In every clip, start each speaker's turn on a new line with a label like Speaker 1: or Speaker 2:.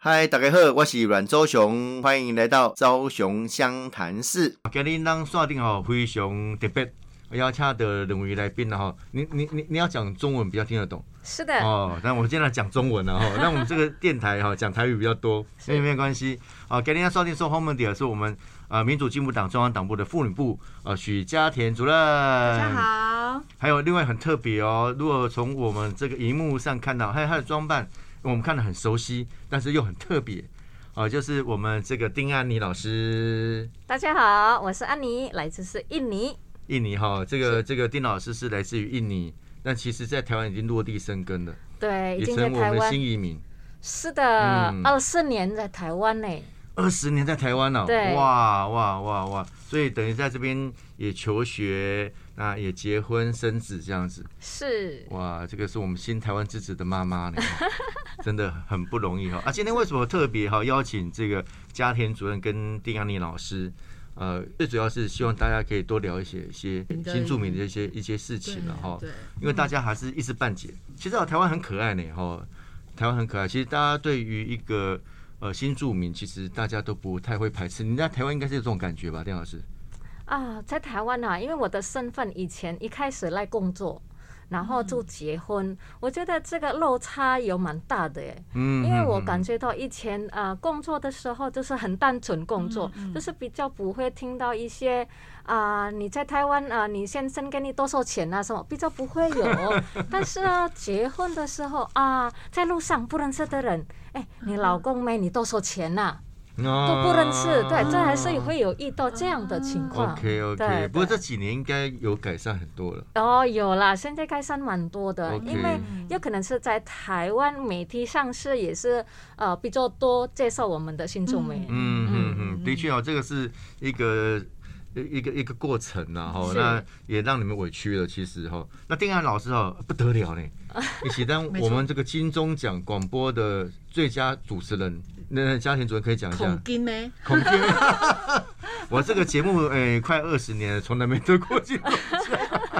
Speaker 1: 嗨，大家好，我是阮周雄，欢迎来到周雄湘潭市。今日咱锁定吼非常特别，邀请的两位来宾了哈。你你你你要讲中文比较听得懂
Speaker 2: 是的，
Speaker 1: 哦。但我今天讲中文了哈， 那我们这个电台哈讲台语比较多，所以没有关系。啊，今天锁定收访问的是我们呃民主进步党中央党部的妇女部呃许家田主任。
Speaker 2: 大
Speaker 1: 大
Speaker 2: 家好，
Speaker 1: 还有另外很特别哦，如果从我们这个荧幕上看到，还有他的装扮，我们看得很熟悉，但是又很特别。哦、就是我们这个丁安妮老师，
Speaker 2: 大家好，我是安妮，来自是印尼，
Speaker 1: 印尼哈、这个这个丁老师是来自于印尼，但其实在台湾已经落地生根了，
Speaker 2: 哎对，已
Speaker 1: 也
Speaker 2: 经
Speaker 1: 成
Speaker 2: 在
Speaker 1: 为我
Speaker 2: 台
Speaker 1: 们的
Speaker 2: 湾，
Speaker 1: 新移民，
Speaker 2: 是的
Speaker 1: 嗯，
Speaker 2: 二四、年在台湾呢，
Speaker 1: 二十年在台湾了、
Speaker 2: 对
Speaker 1: 哇哇哇哇！所以等于在这边也求学，那也结婚生子这样子，
Speaker 2: 是
Speaker 1: 哇，这个是我们新台湾之子的妈妈呢， 真的很不容易哈、啊，今天为什么特别哈邀请这个家田主任跟丁安妮老师？呃，最主要是希望大家可以多聊一些一些新住民的一些一些事情了哦哈，
Speaker 3: 对，
Speaker 1: 因为大家还是一知半解。其实啊，台湾很可爱呢哈，台湾很可爱。其实大家对于一个呃新住民，其实大家都不太会排斥。你在台湾应该是有这种感觉吧，丁老师？
Speaker 2: 啊，在台湾啊，因为我的身份以前一开始来工作。然
Speaker 1: 嗯
Speaker 2: 后就结婚，我觉得这个落差有蛮大的耶，
Speaker 1: 嗯
Speaker 2: 因为我感
Speaker 1: 觉
Speaker 2: 觉到以前呃工作的时候就是很单纯工作，
Speaker 3: 嗯嗯
Speaker 2: 就是比较不会听到一些啊、你在台湾啊、你先生给你多少钱啊什么，比较不 会有。但是呢，结婚的时候啊，在路上不认识的人，哎，
Speaker 3: 嗯
Speaker 2: 你老公没你多少钱呐、
Speaker 1: 嗯啊
Speaker 2: 都不认识，对，这还是会有遇到这样的情
Speaker 1: 嗯
Speaker 2: 况。
Speaker 1: OK
Speaker 2: 对
Speaker 1: OK，不过这
Speaker 2: 对
Speaker 1: 几年应该有改善很多了。
Speaker 2: 哦，有啦，现在改善蛮多的
Speaker 1: OK
Speaker 2: 因为有可能是在台湾媒体上是也是呃比较多介绍我们的新中美。
Speaker 1: 嗯嗯
Speaker 2: 嗯
Speaker 1: 嗯，的确哦，这个是一个一个一个过程呐、啊、哈，
Speaker 2: 是
Speaker 1: 那也让你们委屈了，其实哈、那定安老师哦不得了呢，一起当
Speaker 3: 没错
Speaker 1: 我们这个金钟奖广播的最佳主持人，那家庭主任可以讲一下
Speaker 3: 恐。金咩？
Speaker 1: 孔雀， 我这个节目诶、呃快二十年了，从来没得过金钟。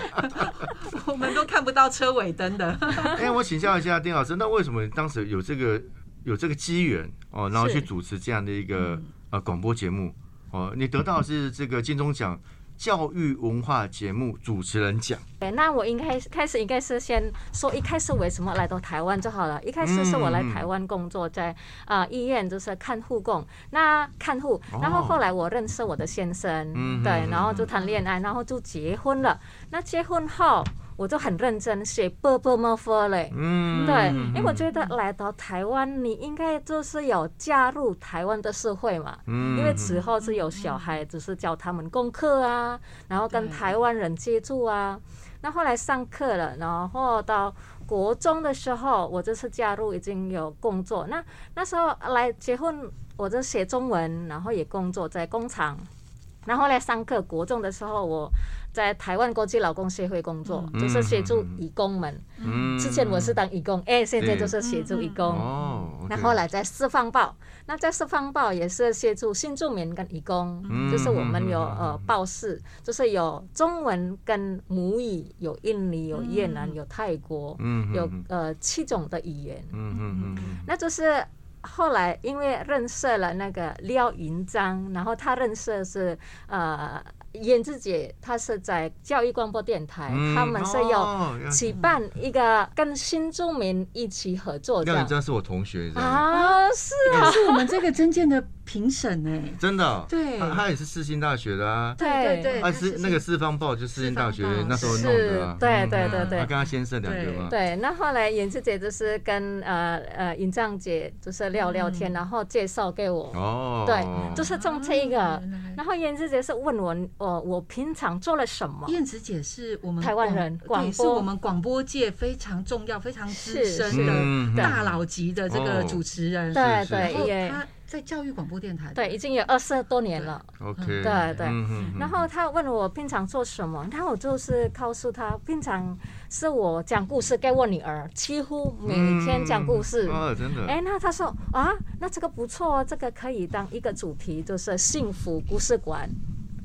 Speaker 3: 我们都看不到车尾灯的。
Speaker 1: 哎、我请教一下丁老师，那为什么当时有这个有这个机缘哦，然后
Speaker 2: 是嗯
Speaker 1: 去主持这样的一个、呃广播节目哦？你得到的是这个金钟奖教育文化节目主持人奖。
Speaker 2: 对，那我应该开始应该是先说一开始为什么来到台湾就好了。一开始是我
Speaker 1: 嗯
Speaker 2: 来台湾工作在，啊医院就是看护工，那看护，然后后来我认识我的先生，
Speaker 1: 嗯
Speaker 2: 对
Speaker 1: 嗯，
Speaker 2: 然后就谈恋爱，然后就结婚了。那结婚后我就很认真写 b u r b e r m o f e r 嘞。
Speaker 1: 嗯，
Speaker 2: 对，因为我觉得来到台湾，你应该就是有加入台湾的社会嘛，
Speaker 1: 嗯
Speaker 2: 因为此后是有小孩，只是教他们功课啊，然后跟
Speaker 3: 对
Speaker 2: 台湾人接触啊。那后来上课了，然后到国中的时候，我这次加入已经有工作。那那时候来结婚，我就写中文，然后也工作在工厂。然后来上课，国中的时候我在台湾国际劳工协会工作，
Speaker 1: 嗯
Speaker 2: 就是协助义工们。
Speaker 1: 嗯
Speaker 2: 之前我是当义工，哎、现在就是协助义工。
Speaker 1: 哦，
Speaker 2: 那后来在四方报，那在四方报也是协助新住民跟义工，
Speaker 1: 嗯
Speaker 2: 就是我们有
Speaker 1: 嗯嗯嗯
Speaker 2: 呃报事，就是有中文跟母语，有印尼，有越南，有泰国，
Speaker 1: 嗯
Speaker 2: 有
Speaker 1: 嗯
Speaker 2: 呃七种的语言。
Speaker 1: 嗯嗯嗯
Speaker 2: 那就是后来因为认识了那个廖云章，然后他认识的是呃燕子姐，她是在教育广播电台，
Speaker 1: 嗯，
Speaker 2: 哎他们是有
Speaker 1: 哦要
Speaker 2: 举办一个跟新住民一起合作这
Speaker 1: 廖
Speaker 2: 样
Speaker 1: 永章是我同学，你知道吗？
Speaker 2: 啊，是
Speaker 3: 他是我们这个证件的评审哎，
Speaker 1: 真的哦，
Speaker 3: 对
Speaker 1: 他他也是世新大学的啊，
Speaker 2: 对
Speaker 3: 对
Speaker 1: 啊是那个四方报就世新大学那时候弄的啊
Speaker 2: 是，对对
Speaker 1: 嗯
Speaker 2: 对对
Speaker 1: 他跟他先生两个嘛，
Speaker 2: 对。那后来妍子姐就是跟呃呃尹藏姐就是聊聊
Speaker 3: 嗯
Speaker 2: 天，然后介绍给我，
Speaker 1: 哦，
Speaker 2: 对，就是中这一
Speaker 3: 啊
Speaker 2: 个
Speaker 3: 原来。
Speaker 2: 然后妍子姐是问我我我平常做了什么，
Speaker 3: 燕子姐是我们
Speaker 2: 台湾人
Speaker 3: 广
Speaker 2: 广
Speaker 3: 对，
Speaker 2: 播
Speaker 3: 是我们广播界非常重要、非常资深
Speaker 1: 是嗯哦
Speaker 3: 的大佬级的这个主持人。
Speaker 1: 是
Speaker 2: 对
Speaker 1: 是
Speaker 2: 对
Speaker 3: 然后
Speaker 2: 也
Speaker 3: 他在教育广播电台。
Speaker 2: 对，已经有二十多年了。
Speaker 1: OK，
Speaker 3: 对
Speaker 2: 对
Speaker 1: 嗯
Speaker 2: 然后他问我平常做什么，那我就是告诉他，平常是我讲故事给我女儿，几乎每天讲故事。
Speaker 1: 哦，真的，
Speaker 2: 哎，那他说啊，那这个不错哦，这个可以当一个主题，就是幸福故事馆。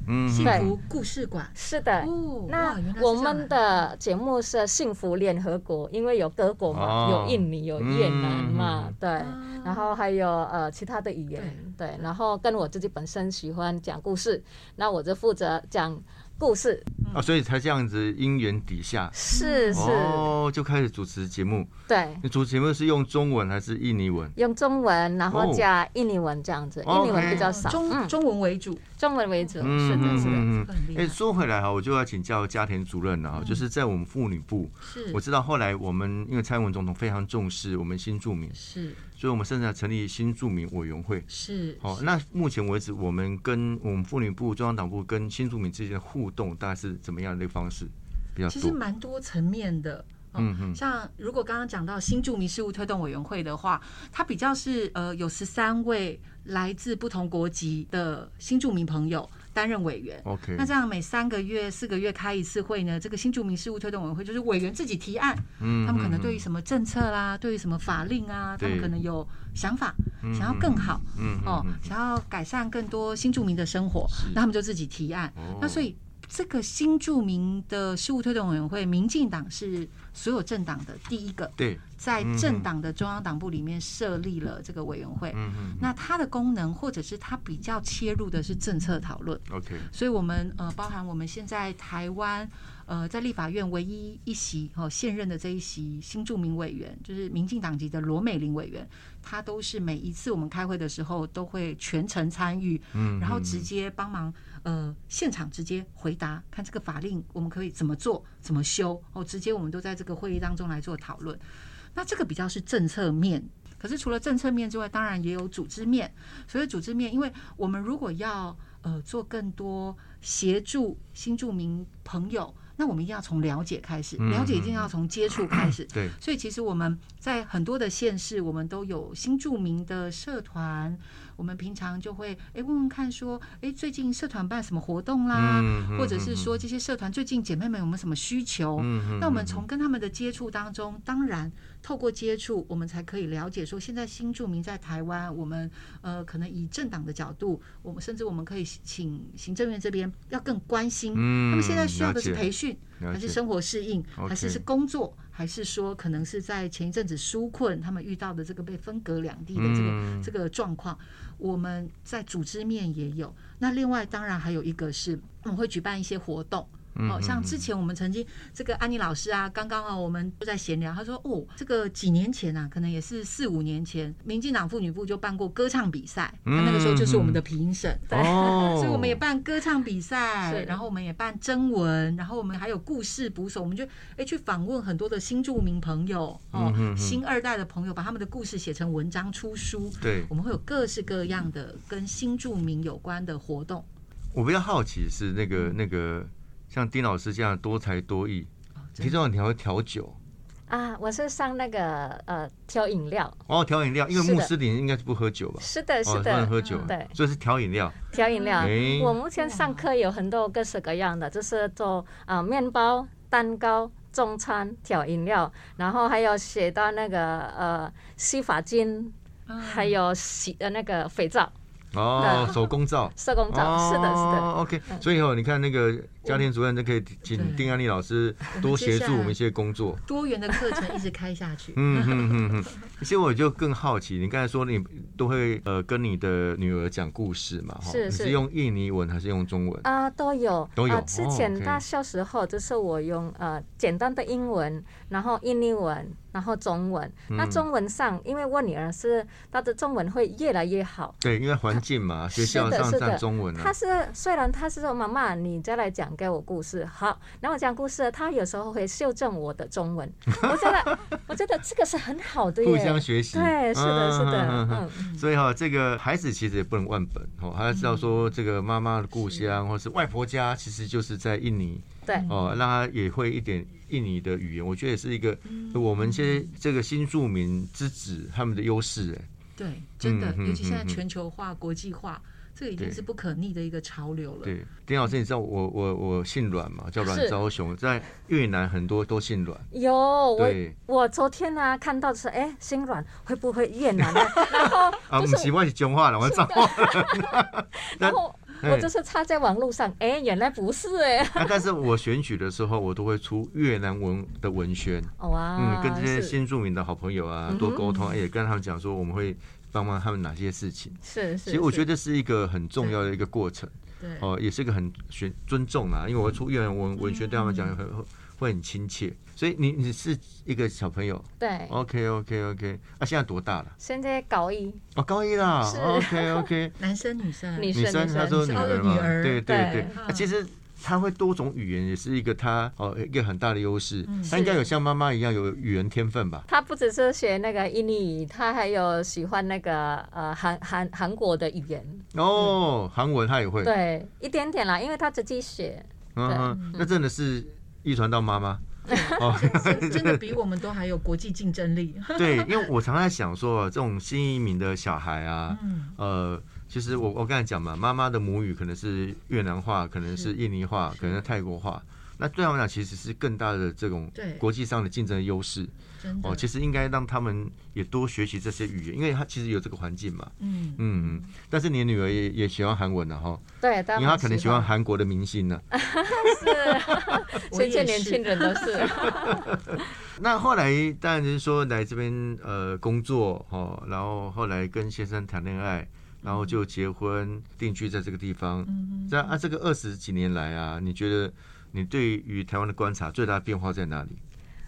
Speaker 1: 嗯
Speaker 3: 幸
Speaker 1: 嗯
Speaker 3: 福故事馆。
Speaker 2: 是的。
Speaker 3: 哦，
Speaker 2: 那
Speaker 3: 哇原来是这
Speaker 2: 我
Speaker 3: 样
Speaker 2: 们
Speaker 3: 啊
Speaker 2: 的节目是幸福联合国，因为有德国嘛，
Speaker 1: 哦
Speaker 2: 有印尼，有越南嘛，
Speaker 1: 嗯
Speaker 2: 对，
Speaker 3: 啊
Speaker 2: 然后还有呃其他的语言，对，然后跟我自己本身喜欢讲故事，那我就负责讲故事，
Speaker 1: 啊，所以才这样子因缘底下，
Speaker 2: 是
Speaker 3: 嗯
Speaker 2: 是，
Speaker 1: 哦，就开始主持节目。
Speaker 2: 对，
Speaker 1: 你主持节目是用中文还是印尼文？
Speaker 2: 用中文，然后
Speaker 1: 哦
Speaker 2: 加印尼文这样子，
Speaker 1: 哦
Speaker 2: 印尼文比较
Speaker 3: 哦
Speaker 2: 少，
Speaker 3: 中
Speaker 2: 嗯，
Speaker 3: 中文为主，
Speaker 2: 中文为主，
Speaker 1: 嗯
Speaker 2: 是的，是的，
Speaker 1: 嗯嗯嗯
Speaker 3: 这个很厉
Speaker 1: 哎、
Speaker 3: 害
Speaker 1: 说回来哈，我就要请教家田主任了
Speaker 2: 嗯
Speaker 1: 哈，就是在我们妇女部，
Speaker 3: 是
Speaker 1: 我知道后来我们因为蔡英文总统非常重视我们新住民，
Speaker 3: 是
Speaker 1: 所以我们甚至还成立新住民委员会。
Speaker 3: 是
Speaker 1: 好、那目前为止，我们跟我们妇女部、中央党部跟新住民之间的互动，大概是怎么样的一个方式比较
Speaker 3: 其实
Speaker 1: 多？
Speaker 3: 蛮多层面的。哦
Speaker 1: 嗯嗯
Speaker 3: 像如果刚刚讲到新住民事务推动委员会的话，它比较是呃有十三位来自不同国籍的新住民朋友担任委员。
Speaker 1: OK，
Speaker 3: 那这样每三个月、四个月开一次会呢，这个新住民事务推动委员会就是委员自己提案，
Speaker 1: 嗯
Speaker 3: 他们可能对于
Speaker 1: 嗯
Speaker 3: 什么政策啦，对于什么法令啊，他们
Speaker 1: 对
Speaker 3: 可能有想法，
Speaker 1: 嗯
Speaker 3: 想要更好。
Speaker 1: 嗯嗯
Speaker 3: 哦
Speaker 1: 嗯，
Speaker 3: 想要改善更多新住民的生活，那他们就自己提案。
Speaker 1: 哦
Speaker 3: 那所以这个新住民的事务推动委员会，民进党是所有政党的第一个，
Speaker 1: 对，
Speaker 3: 在
Speaker 1: 嗯
Speaker 3: 政党的中央党部里面设立了这个委员会。
Speaker 1: 嗯嗯
Speaker 3: 那它的功能，或者是它比较切入的是政策讨论，
Speaker 1: ，OK，
Speaker 3: 所以我们呃，包含我们现在台湾呃，在立法院唯一一席哦，现任的这一席新著名委员，就是民进党籍的罗美玲委员，她都是每一次我们开会的时候都会全程参与，
Speaker 1: 嗯，
Speaker 3: 然后
Speaker 1: 嗯
Speaker 3: 直
Speaker 1: 嗯
Speaker 3: 接帮忙呃现场直接回答，看这个法令我们可以怎么做、怎么修哦，直接我们都在这个会议当中来做讨论。那这个比较是政策面，可是除了政策面之外，当然也有组织面。所以组织面，因为我们如果要呃做更多协助新住民朋友，那我们一定要从了解开始，
Speaker 1: 嗯
Speaker 3: 了解一定要从接触开始。
Speaker 1: 对，
Speaker 3: 所以其实我们在很多的县市，我们都有新著名的社团，我们平常就会诶问问看说，诶最近社团办什么活动啦，
Speaker 1: 嗯
Speaker 3: 或者是说这些社团最近姐妹们有没有什么需求？
Speaker 1: 嗯
Speaker 3: 那我们从跟他们的接触当中，当然透过接触，我们才可以了解说，现在新住民在台湾，我们呃可能以政党的角度，我们甚至我们可以请行政院这边要更关心，
Speaker 1: 嗯
Speaker 3: 他们现在需要的是
Speaker 1: 了解
Speaker 3: 培训，
Speaker 1: 了
Speaker 3: 还是
Speaker 1: 解
Speaker 3: 生活适应，
Speaker 1: OK
Speaker 3: 还是是工作，还是说可能是在前一阵子纾困，他们遇到的这个被分隔两地的这个、
Speaker 1: 嗯
Speaker 3: 这个状况，我们在组织面也有。那另外当然还有一个是我们会举办一些活动。
Speaker 1: 嗯
Speaker 3: 哦，像之前我们曾经这个安妮老师啊，刚刚啊，我们都在闲聊，她说哦，这个几年前啊，可能也是四五年前，民进党妇女部就办过歌唱比赛，那、那个时候
Speaker 1: 嗯
Speaker 3: 就是我们的评审，
Speaker 1: 哦，
Speaker 3: 所以我们也办歌唱比赛
Speaker 2: 是，
Speaker 3: 然后我们也办征文，然后我们还有故事捕手，我们就哎去访问很多的新著名朋友哦
Speaker 1: 嗯，哼哼
Speaker 3: 新二代的朋友，把他们的故事写成文章出书。
Speaker 1: 对
Speaker 3: 我们会有各式各样的跟新著名有关的活动。
Speaker 1: 我比较好奇是那个那个像丁老师这样多才多艺，
Speaker 3: 真
Speaker 1: 听
Speaker 3: 的
Speaker 1: 说你还会调酒
Speaker 2: 啊，我是上那个呃调饮料，
Speaker 1: 哦，调饮料，因为
Speaker 2: 是的
Speaker 1: 穆斯林应该是不喝酒吧？
Speaker 2: 是的，
Speaker 1: 哦，
Speaker 2: 是
Speaker 1: 不能
Speaker 2: 的，
Speaker 1: 喝酒，
Speaker 2: 对
Speaker 1: 所以是调饮料。
Speaker 2: 调饮料。
Speaker 1: 诶
Speaker 2: 我目前上课有很多各式各样的，就是做啊、呃面包、蛋糕、中餐、调饮料，然后还有写到那个呃洗发精，
Speaker 1: 嗯
Speaker 3: 嗯
Speaker 2: 还有洗呃那个肥皂、
Speaker 1: 哦，手工皂。
Speaker 2: 手工皂，是的，是的。嗯
Speaker 1: 哦，OK，所以哦，你看那个家庭主任，就可以请
Speaker 3: 对
Speaker 1: 丁安利老师多协助我们一些工作。。
Speaker 3: 多元的课程一直开下去
Speaker 1: 嗯嗯嗯嗯，其实我就更好奇，你刚才说你都会呃跟你的女儿讲故事嘛？哈，
Speaker 2: 是
Speaker 1: 你
Speaker 2: 是
Speaker 1: 是用印尼文还是用中文？
Speaker 2: 啊、都有，
Speaker 1: 都有
Speaker 2: 啊之
Speaker 1: 哦
Speaker 2: 前
Speaker 1: ，OK
Speaker 2: 她小时候，就是我用呃简单的英文，然后印尼文，然后中文。那
Speaker 1: 嗯
Speaker 2: 中文上，因为我女儿是她的中文会越来越好，
Speaker 1: 对，因为环境嘛，学
Speaker 2: 是
Speaker 1: 校
Speaker 2: 的
Speaker 1: 上
Speaker 2: 是
Speaker 1: 上
Speaker 2: 的
Speaker 1: 中文
Speaker 2: 他
Speaker 1: 啊，
Speaker 2: 是虽然他是说妈妈，你再来讲给我故事，好，然后我讲故事，他有时候会修正我的中 文，我觉得我觉得这个是很好的耶，
Speaker 1: 互相学习。
Speaker 2: 对，是的，
Speaker 1: 嗯
Speaker 2: 是的，。
Speaker 1: 嗯嗯
Speaker 2: 嗯，
Speaker 1: 嗯所以哈，这个孩子其实也不能忘本哦，他要知道说这个妈妈的故乡或是外婆家，其实就是在印尼
Speaker 2: 嗯对，
Speaker 1: 哦，让他也会一点印尼的语言，我觉得也是一个
Speaker 2: 嗯
Speaker 1: 我们这些这个新住民之子他们的优势哎。
Speaker 3: 对，真的，
Speaker 1: 嗯嗯
Speaker 3: 尤其现在
Speaker 1: 嗯嗯
Speaker 3: 全球化、国际化，这已经
Speaker 1: 对
Speaker 3: 是不可逆的一个潮流了。
Speaker 1: 对，丁老师，你知道我我我姓阮嘛，叫阮
Speaker 2: 是
Speaker 1: 昭雄，在越南很多都姓阮。
Speaker 2: 有我
Speaker 1: 对
Speaker 2: 我昨天呢、看到是哎心软会 不会越南呢？然后
Speaker 1: 啊 啊，我们习惯是中话了，我操。
Speaker 2: 然后我就是查在网络上，哎、原来不是哎、
Speaker 1: 那啊但是我选举的时候，我都会出越南文的文宣，
Speaker 2: 哇，
Speaker 1: 嗯，跟这些
Speaker 2: 啊是嗯
Speaker 1: 新住民的好朋友啊多沟通，也跟他们讲说我们会帮忙他们哪些事情。
Speaker 2: 是是，
Speaker 1: 其实我觉
Speaker 2: 得
Speaker 1: 得是一个很重要的一个过程，
Speaker 3: 对，
Speaker 1: 哦，也是一个很选尊重啦，因为我出
Speaker 2: 嗯
Speaker 1: 越南文文宣对他们讲很会很亲切，所以你你是一个小朋友
Speaker 2: 对。
Speaker 1: ，OK OK OK，啊，现在多大了？
Speaker 2: 现在高一
Speaker 1: 哦，高一啦
Speaker 2: 是
Speaker 1: ，OK OK，
Speaker 3: 男生女生，
Speaker 2: 女
Speaker 1: 女
Speaker 2: 生，
Speaker 1: 生她说
Speaker 2: 是
Speaker 1: 女
Speaker 3: 哦
Speaker 1: 儿
Speaker 3: 女
Speaker 1: 嘛，
Speaker 3: 儿
Speaker 1: 对对对
Speaker 2: 对，
Speaker 1: 啊其实。她会多种语言，也是一个她哦一个很大的优势。她应该
Speaker 2: 嗯是
Speaker 1: 有像妈妈一样有语言天分吧？
Speaker 2: 他不只是学那个印尼语，他还有喜欢那个呃韩韩韩国的语言，
Speaker 1: 哦，韩文她也会。
Speaker 2: 对，一点点啦，因为他自己学，对
Speaker 1: 嗯嗯，那真的是遗传到妈 妈。哦，
Speaker 3: 真的比我们都还有国际竞争力。
Speaker 1: 对，因为我常常在想说，这种新移民的小孩啊，
Speaker 3: 嗯
Speaker 1: 呃，其实我我刚才讲嘛，妈妈的母语可能是越南话，可能是印尼话，可能是泰国话。那对他们来讲，其实是更大的这种
Speaker 3: 对
Speaker 1: 国际上的竞争优势
Speaker 3: 真的
Speaker 1: 哦。其实应该让他们也多学习这些语言，因为他其实有这个环境嘛。
Speaker 3: 嗯，
Speaker 1: 嗯，但是你的女儿也也喜欢韩文了啊哈，
Speaker 2: 对，
Speaker 1: 因
Speaker 2: 他
Speaker 1: 为
Speaker 2: 们
Speaker 1: 她可能喜欢韩国的明星呢、啊
Speaker 2: 是，所以这年轻人都是，
Speaker 1: 那后来当然就是说来这边呃工作哦，然后后来跟先生谈恋爱，然后就结婚定居在这个地方。
Speaker 3: 嗯
Speaker 1: 这样啊，这个二十几年来啊，你觉得你对于台湾的观察最大的变化在哪里？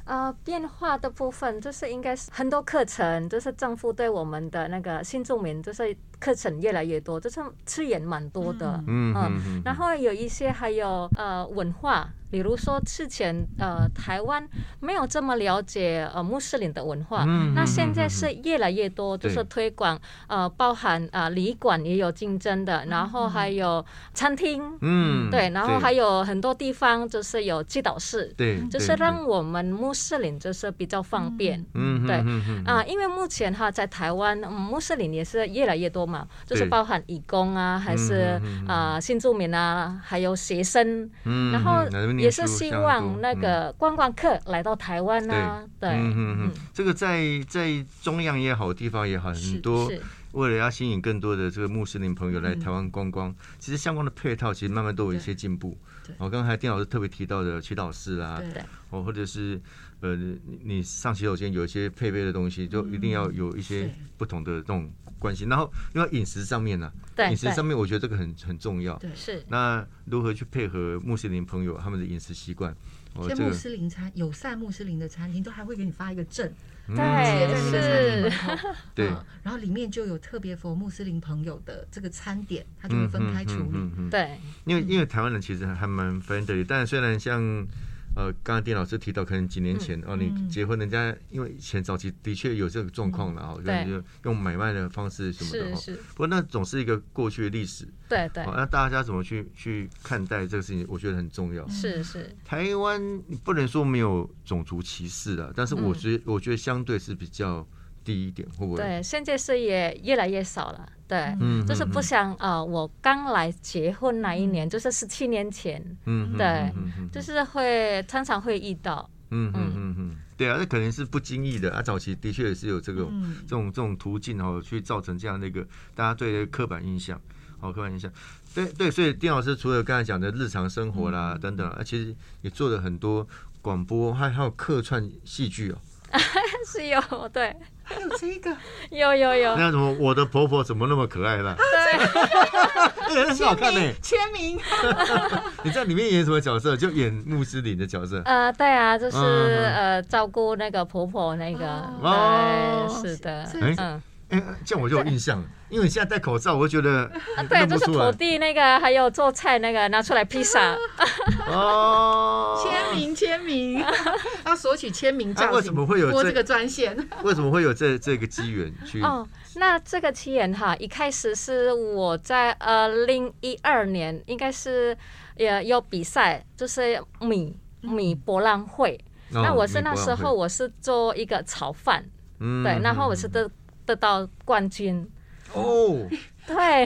Speaker 2: 呃，变化的部分就是应该是很多课程，就是政府对我们的那个新住民，就是课程越来越多，就是资源蛮多的。
Speaker 1: 嗯
Speaker 2: 嗯
Speaker 1: 嗯嗯，
Speaker 2: 然后有一些还有呃文化，比如说之前呃台湾没有这么了解呃穆斯林的文化，
Speaker 1: 嗯
Speaker 2: 那
Speaker 1: 嗯
Speaker 2: 现在
Speaker 1: 嗯
Speaker 2: 是越来越多，就
Speaker 1: 对
Speaker 2: 是推广呃包含呃旅馆也有竞争的，然后还有餐厅，
Speaker 1: 嗯
Speaker 2: 对，然后还
Speaker 1: 有
Speaker 2: 有很多地方就是有祈祷室，
Speaker 1: 对，对
Speaker 2: 就
Speaker 1: 对
Speaker 2: 是让我们穆斯林就是比较方便。
Speaker 1: 嗯
Speaker 2: 对
Speaker 1: 嗯嗯嗯
Speaker 2: 啊，因为目前哈在台湾，嗯穆斯林也是越来越多嘛，就是
Speaker 1: 对
Speaker 2: 包含义工啊，还是
Speaker 1: 嗯嗯嗯嗯
Speaker 2: 啊新住民啊，还有学生，
Speaker 1: 嗯
Speaker 2: 然
Speaker 1: 嗯来这边
Speaker 2: 后
Speaker 1: 念
Speaker 2: 也是
Speaker 1: 书
Speaker 2: 希
Speaker 1: 相当
Speaker 2: 望
Speaker 1: 多
Speaker 2: 那
Speaker 1: 嗯
Speaker 2: 个观光客来到台湾啊，对，
Speaker 1: 嗯嗯嗯，这个在在中央也好，地方也好，
Speaker 3: 是
Speaker 1: 很多
Speaker 2: 是
Speaker 1: 为了要吸引更多的这个穆斯林朋友来台湾观光，其实相关的配套其实慢慢都有一些进步
Speaker 3: 嗯对。
Speaker 1: 哦，刚才丁老师特别提到的祈祷室啊，
Speaker 3: 对，
Speaker 1: 哦，或者是呃，你你上洗手间有一些配备的东西，就一定要有一些
Speaker 3: 嗯是
Speaker 1: 不同的这种关系。然后，因为饮食上面呢、
Speaker 2: 对
Speaker 1: 饮食
Speaker 2: 对
Speaker 1: 上面我觉得这个很很重要。
Speaker 3: 对，
Speaker 2: 是
Speaker 1: 那如何去配合穆斯林朋友他们的饮食习惯？哦，
Speaker 3: 些
Speaker 1: 这
Speaker 3: 穆
Speaker 1: 个
Speaker 3: 斯林餐友善穆斯林的餐厅都还会给你发一个证，
Speaker 2: 对
Speaker 3: 贴在那个餐厅门口，
Speaker 1: 嗯对
Speaker 3: 嗯然后里面就有特别 for 穆斯林朋友的这个餐点，它就会分开处理。
Speaker 1: 嗯
Speaker 2: 对
Speaker 1: 因为因为台湾人其实还蛮 friendly，但虽然像呃，刚刚丁老师提到，可能几年前、哦，你
Speaker 3: 嗯
Speaker 1: 结婚，人家因为以前早期的确有这个状况了哦，
Speaker 2: 对
Speaker 1: 就是用买卖的方式什么的哦。
Speaker 2: 是是，
Speaker 1: 不过那总是一个过去的历史，
Speaker 2: 对对
Speaker 1: 哦，那大家怎么去去看待这个事情，我觉得很重要。
Speaker 2: 是是
Speaker 1: 台湾不能说没有种族歧视啊，但是
Speaker 3: 嗯
Speaker 1: 我觉我觉得相对是比较低一点，会不会？
Speaker 2: 对，现在是也越来越少了，对。
Speaker 1: 嗯，
Speaker 2: 就是不
Speaker 1: 嗯
Speaker 2: 像呃，我刚来结婚那一年，就是十七年前，
Speaker 1: 嗯，嗯
Speaker 2: 对
Speaker 1: 嗯嗯
Speaker 2: 就是会常常会遇 到，
Speaker 1: 嗯嗯嗯嗯，对啊，那可能是不经意的啊。早期的确也是有这种、
Speaker 3: 嗯
Speaker 1: 这种这种途径哦，去造成这样的一个大家对的刻板印象，好、刻板印象。对对，所以丁老师除了刚才讲的日常生活啦、等等啊，其实也做了很多广播，还还有客串戏剧哦。
Speaker 2: 但是有对，
Speaker 3: 嗯还有 这个
Speaker 2: 有有有，
Speaker 1: 那什么，我的婆婆怎么那么可爱啦？ 对，那很好看呢、欸
Speaker 3: 签名，
Speaker 1: 你在里面演什么角色？就演穆斯林的角色。
Speaker 2: 呃，对啊，就是、
Speaker 1: 嗯嗯
Speaker 2: 呃照顾那个婆婆那个，
Speaker 1: 哦
Speaker 2: 对，是的，
Speaker 3: 是
Speaker 2: 嗯，啊
Speaker 1: 哎、这样我就有印象了，因为你现在戴口罩，我就觉得
Speaker 2: 对，
Speaker 1: 认
Speaker 2: 就
Speaker 1: 不啊
Speaker 2: 是
Speaker 1: 出来
Speaker 2: 土地那个，还有做菜那个拿出来披萨，
Speaker 1: 哦。
Speaker 3: 签名，签 名，要索取签名照。
Speaker 1: 啊为什么会有
Speaker 3: 拨
Speaker 1: 这
Speaker 3: 这个专线？
Speaker 1: 为什么会有这这个机缘去？
Speaker 2: 哦，那这个起源哈，一开始是我在二零一二年，应该是也有比赛，就是米米博览会。
Speaker 1: 嗯哦
Speaker 2: 那我是那时，
Speaker 1: 你
Speaker 2: 候
Speaker 1: 不让会
Speaker 2: 我是做一个炒饭，
Speaker 1: 嗯
Speaker 2: 对，然后我是得得到冠军，
Speaker 1: 哦，
Speaker 2: 对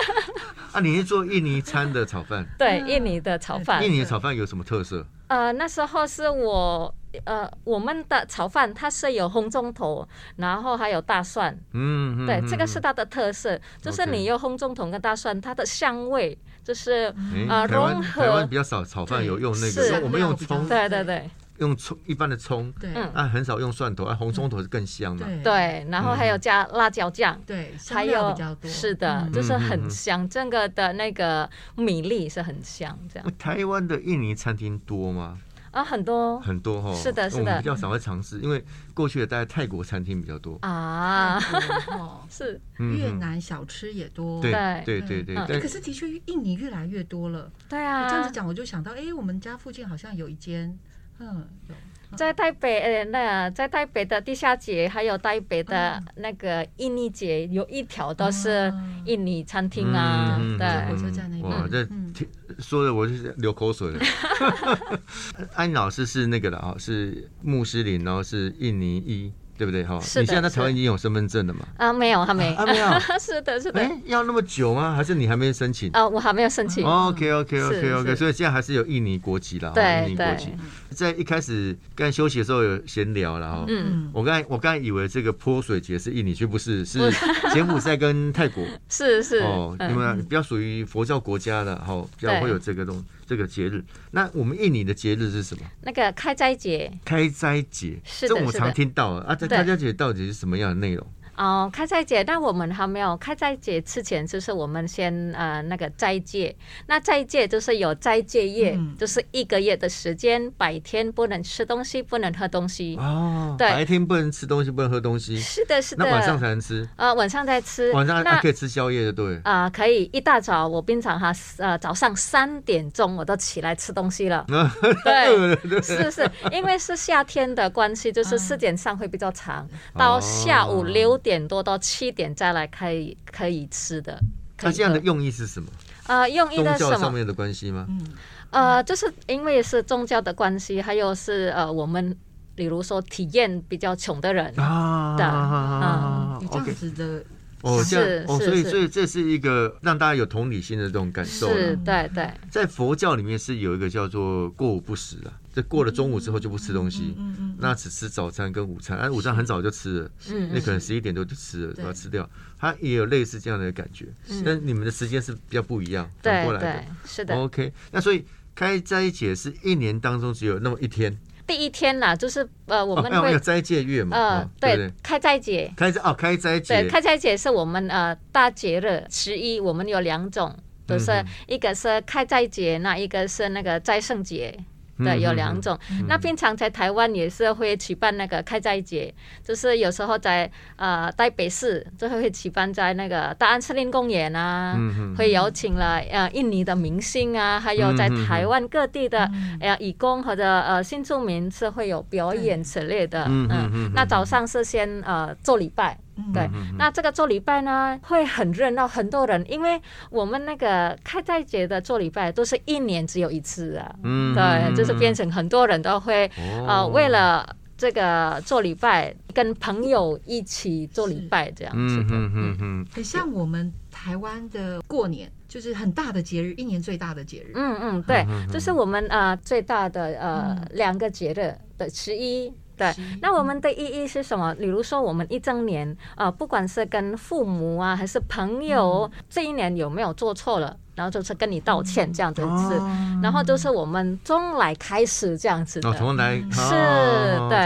Speaker 1: 啊，你是做印尼餐的炒饭， 嗯
Speaker 2: 对，印尼的炒饭
Speaker 1: 印，尼的炒饭有什么特色？
Speaker 2: 呃，那时候是我呃，我们的炒饭它是有红中头，然后还有大蒜，
Speaker 1: 嗯，嗯
Speaker 2: 对，
Speaker 1: 嗯
Speaker 2: 这个是它的特色，就是你用红中头跟大蒜，它的香味就是
Speaker 1: 嗯
Speaker 2: 呃
Speaker 1: 诶台湾
Speaker 2: 融合
Speaker 1: 台湾比较少炒饭有用那
Speaker 2: 是
Speaker 1: 个，我们用葱
Speaker 2: 对对对
Speaker 1: 用葱一般的葱，
Speaker 3: 对
Speaker 2: 嗯
Speaker 1: 啊很少用蒜头，啊红葱头是更香的。
Speaker 3: 对
Speaker 2: 对，然后还有加辣椒酱。
Speaker 3: 对，嗯香
Speaker 2: 还
Speaker 3: 料
Speaker 2: 有
Speaker 3: 比较多，
Speaker 2: 是的，
Speaker 3: 嗯
Speaker 2: 就
Speaker 1: 嗯
Speaker 2: 是
Speaker 1: 嗯嗯
Speaker 2: 很
Speaker 1: 嗯
Speaker 2: 香，整个的那个米粒是很香，这样
Speaker 1: 台湾的印尼餐厅多吗？
Speaker 2: 啊，很多
Speaker 1: 很多哈，
Speaker 2: 是的是的
Speaker 1: 我们比较少会尝试，因为过去的大概泰国餐厅比较多，
Speaker 2: 啊，
Speaker 3: 哦
Speaker 2: 是
Speaker 1: 嗯
Speaker 3: 越南小吃也多，
Speaker 1: 对
Speaker 2: 对
Speaker 1: 对对对，
Speaker 2: 嗯
Speaker 3: 哎可
Speaker 1: 但
Speaker 3: 是的确，印尼越来越多了。
Speaker 2: 对
Speaker 3: 这样
Speaker 2: 啊
Speaker 3: 子，讲，我就想到，哎，我们家附近好像有一间，嗯，有
Speaker 2: 在台北呃，那在台北的地下街，还有台北的那个印尼街，有一条都是
Speaker 3: 嗯啊
Speaker 2: 印尼餐厅啊，
Speaker 1: 嗯嗯嗯
Speaker 2: 对。
Speaker 3: 火车站那边
Speaker 1: 哇，这
Speaker 3: 嗯
Speaker 1: 听说的我就是流口水了。安老师是那个了啊，是穆斯林，然后是印尼裔，对不对哈？
Speaker 2: 是的
Speaker 1: 你现在在台湾已经有身份证了嘛？
Speaker 2: 啊，没有，还没。
Speaker 1: 啊没有
Speaker 2: 是的，是的。
Speaker 1: 哎，要那么久吗？还是你还没申请？
Speaker 2: 啊，我还没有申请。
Speaker 1: OK OK
Speaker 2: 是
Speaker 1: OK
Speaker 2: 是
Speaker 1: OK，所以现在还是有印尼国籍啦，
Speaker 2: 对
Speaker 1: 印尼国籍。在一开始刚才休息的时候有闲聊了哈。
Speaker 2: 嗯，
Speaker 3: 嗯，
Speaker 1: 我刚才我刚才以为这个泼水节是印尼，却不是，是柬埔寨跟泰国
Speaker 2: 是是。
Speaker 1: 哦，你
Speaker 2: 嗯
Speaker 1: 们比较属于佛教国家的哈，哦比较
Speaker 2: 对
Speaker 1: 会有这个东这个节日。那我们印尼的节日是什么？
Speaker 2: 那个开斋节
Speaker 1: 开斋节，
Speaker 2: 是的
Speaker 1: 这我们
Speaker 2: 是的
Speaker 1: 常听到啊。这
Speaker 2: 对
Speaker 1: 开斋节到底是什么样的内容？
Speaker 2: 哦，开斋节，但我们还没有开斋节之前，就是我们先呃那个斋戒。那斋戒就是有斋戒夜，
Speaker 3: 嗯
Speaker 2: 就是一个月的时间，白天不能吃东西，不能喝东西。
Speaker 1: 哦，
Speaker 2: 对
Speaker 1: 白天不能吃东西，不能喝东西，
Speaker 2: 是的，是的。
Speaker 1: 那晚上才能吃，
Speaker 2: 呃，晚上再吃。
Speaker 1: 晚上啊
Speaker 2: 那
Speaker 1: 还可以吃宵夜，对了。
Speaker 2: 啊、可以一大早，我平常哈，呃，早上三点钟我都起来吃东西了。 对，是是，因为是夏天的关系，就是四点上会比较长，
Speaker 1: 啊
Speaker 2: 到下午六点多到七点再来可以可以吃的。可
Speaker 1: 那
Speaker 2: 以
Speaker 1: 这样的
Speaker 2: 喝
Speaker 1: 用意是什么？
Speaker 2: 呃，用意
Speaker 1: 宗
Speaker 2: 的是
Speaker 1: 教
Speaker 2: 什
Speaker 1: 上
Speaker 2: 么？
Speaker 1: 面的关系吗？
Speaker 3: 嗯，
Speaker 2: 呃，就是因为是宗教的关系，还有是呃，我们比如说体验比较穷的人，
Speaker 1: 啊
Speaker 2: 的
Speaker 1: 啊
Speaker 3: 嗯有这样
Speaker 1: ，OK，
Speaker 3: 子的，
Speaker 1: 哦，这样
Speaker 2: 是
Speaker 1: 哦，
Speaker 2: 是
Speaker 1: 所以
Speaker 2: 是
Speaker 1: 所以这是一个让大家有同理心的这种感受
Speaker 2: 是
Speaker 1: 了。，
Speaker 2: 对对，
Speaker 1: 在佛教里面是有一个叫做过午不食啊，这过了中午之后就不吃东西，
Speaker 3: 嗯嗯，
Speaker 1: 那只吃早餐跟午餐，哎，午餐很早就吃了，
Speaker 2: 嗯
Speaker 1: 那
Speaker 2: 嗯
Speaker 1: 可能十一点多就吃了，
Speaker 3: 对
Speaker 1: 把它吃掉。它也有类似这样的感觉，但你们的时间是比较不一样，反过
Speaker 2: 嗯对
Speaker 1: 来
Speaker 2: 对
Speaker 1: 的。，哦
Speaker 2: 是的。
Speaker 1: OK，那所以开斋节是一年当中只有那么一天，
Speaker 2: 第一天啦，就是呃，我
Speaker 1: 哦，
Speaker 2: 们
Speaker 1: 还有还
Speaker 2: 会、
Speaker 1: 有斋戒月嘛，
Speaker 2: 呃
Speaker 1: 哦，对不
Speaker 2: 对
Speaker 1: 对？，
Speaker 2: 开斋节，
Speaker 1: 开斋哦，开斋
Speaker 2: 对，
Speaker 1: 节，
Speaker 2: 开斋节是我们呃大节日，十一我们有两种，就是
Speaker 1: 嗯
Speaker 2: 一个是开斋节，那一个是那个斋圣节。
Speaker 1: 嗯
Speaker 2: 对，有
Speaker 1: 嗯
Speaker 2: 两
Speaker 1: 嗯
Speaker 2: 种。那平常在台湾也是会举办那个开斋节，就是有时候在呃台北市，就是会举办在那个大安森林公园啊，
Speaker 1: 嗯嗯
Speaker 2: 会有请了呃印尼的明星啊，还有在
Speaker 1: 嗯嗯嗯
Speaker 2: 台湾各地的、
Speaker 3: 嗯
Speaker 2: 呃义工或者呃新住民是会有表演之类的。
Speaker 1: 嗯嗯嗯
Speaker 2: 那早上是先呃做礼拜，
Speaker 3: 嗯
Speaker 2: 对，
Speaker 1: 嗯嗯
Speaker 2: 那这个做礼拜呢会很热闹，很多人，因为我们那个开斋节的做礼拜都是一年只有一次啊，
Speaker 1: 嗯哦
Speaker 2: 对，就是变成很多人都会呃为了这个做礼拜跟朋友一起做礼拜这样子
Speaker 1: 嗯
Speaker 2: 的，
Speaker 1: 嗯嗯嗯，
Speaker 3: 很像我们台湾的过年，就是很大的节日，一年最大的节日，
Speaker 2: 嗯嗯，对，就是我们呃最大的呃、两个节日的十一。对
Speaker 3: 十一，
Speaker 2: 那我们的意义是什么？比如说，我们一整年，呃，不管是跟父母啊，还是朋友，这一年有没有做错了，然后就是跟你道歉这样子，是，然后就是我们从来开始这样子的，嗯
Speaker 1: 哦，从来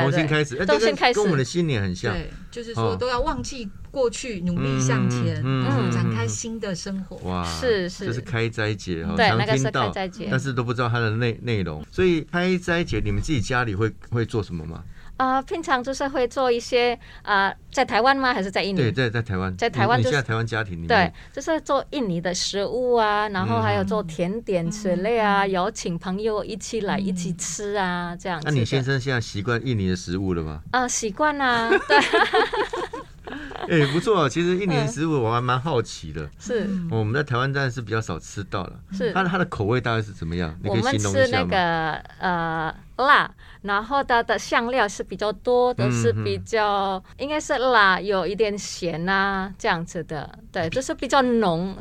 Speaker 1: 重新开始，呃跟我们的新年很像。
Speaker 3: 对，就是
Speaker 1: 哦
Speaker 3: 说都要忘记过去，努力向前，
Speaker 1: 嗯嗯嗯嗯
Speaker 3: 展开新的生活。
Speaker 1: 哇，这是开斋节哈，
Speaker 2: 对，
Speaker 1: 常
Speaker 2: 那个
Speaker 1: 听
Speaker 2: 是开
Speaker 1: 到，
Speaker 2: 斋节。
Speaker 1: 但是都不知道它的内内容。所以开斋节，你们自己家里会会做什么吗？
Speaker 2: 啊、平常就是会做一些啊、呃在台湾吗？还是在印
Speaker 1: 对，
Speaker 2: 尼？
Speaker 1: 在在台湾，你现在台湾家庭里
Speaker 2: 对
Speaker 1: 面，，
Speaker 2: 就是做印尼的食物啊，然后还有做甜点之类啊，
Speaker 1: 嗯
Speaker 2: 有请朋友一起来一起吃啊，这样子
Speaker 1: 那
Speaker 2: 的。
Speaker 1: 你先生现在习惯印尼的食物了吗？
Speaker 2: 呃习惯啊， 对，
Speaker 1: 哎，不错，其实印尼食物我还蛮好奇的。哦
Speaker 2: 是
Speaker 3: 嗯
Speaker 1: 我们在台湾当然是比较少吃到了，
Speaker 2: 嗯是
Speaker 1: 它。的它的口味大概是怎么样？你
Speaker 2: 我
Speaker 1: 可以
Speaker 2: 们
Speaker 1: 形容
Speaker 2: 吃
Speaker 1: 一
Speaker 2: 那
Speaker 1: 下吗？
Speaker 2: 个呃辣，然后它的香料是比较多的，
Speaker 1: 嗯
Speaker 2: 是比较应该是辣，有一点咸啊这样子的，对，就是比较浓，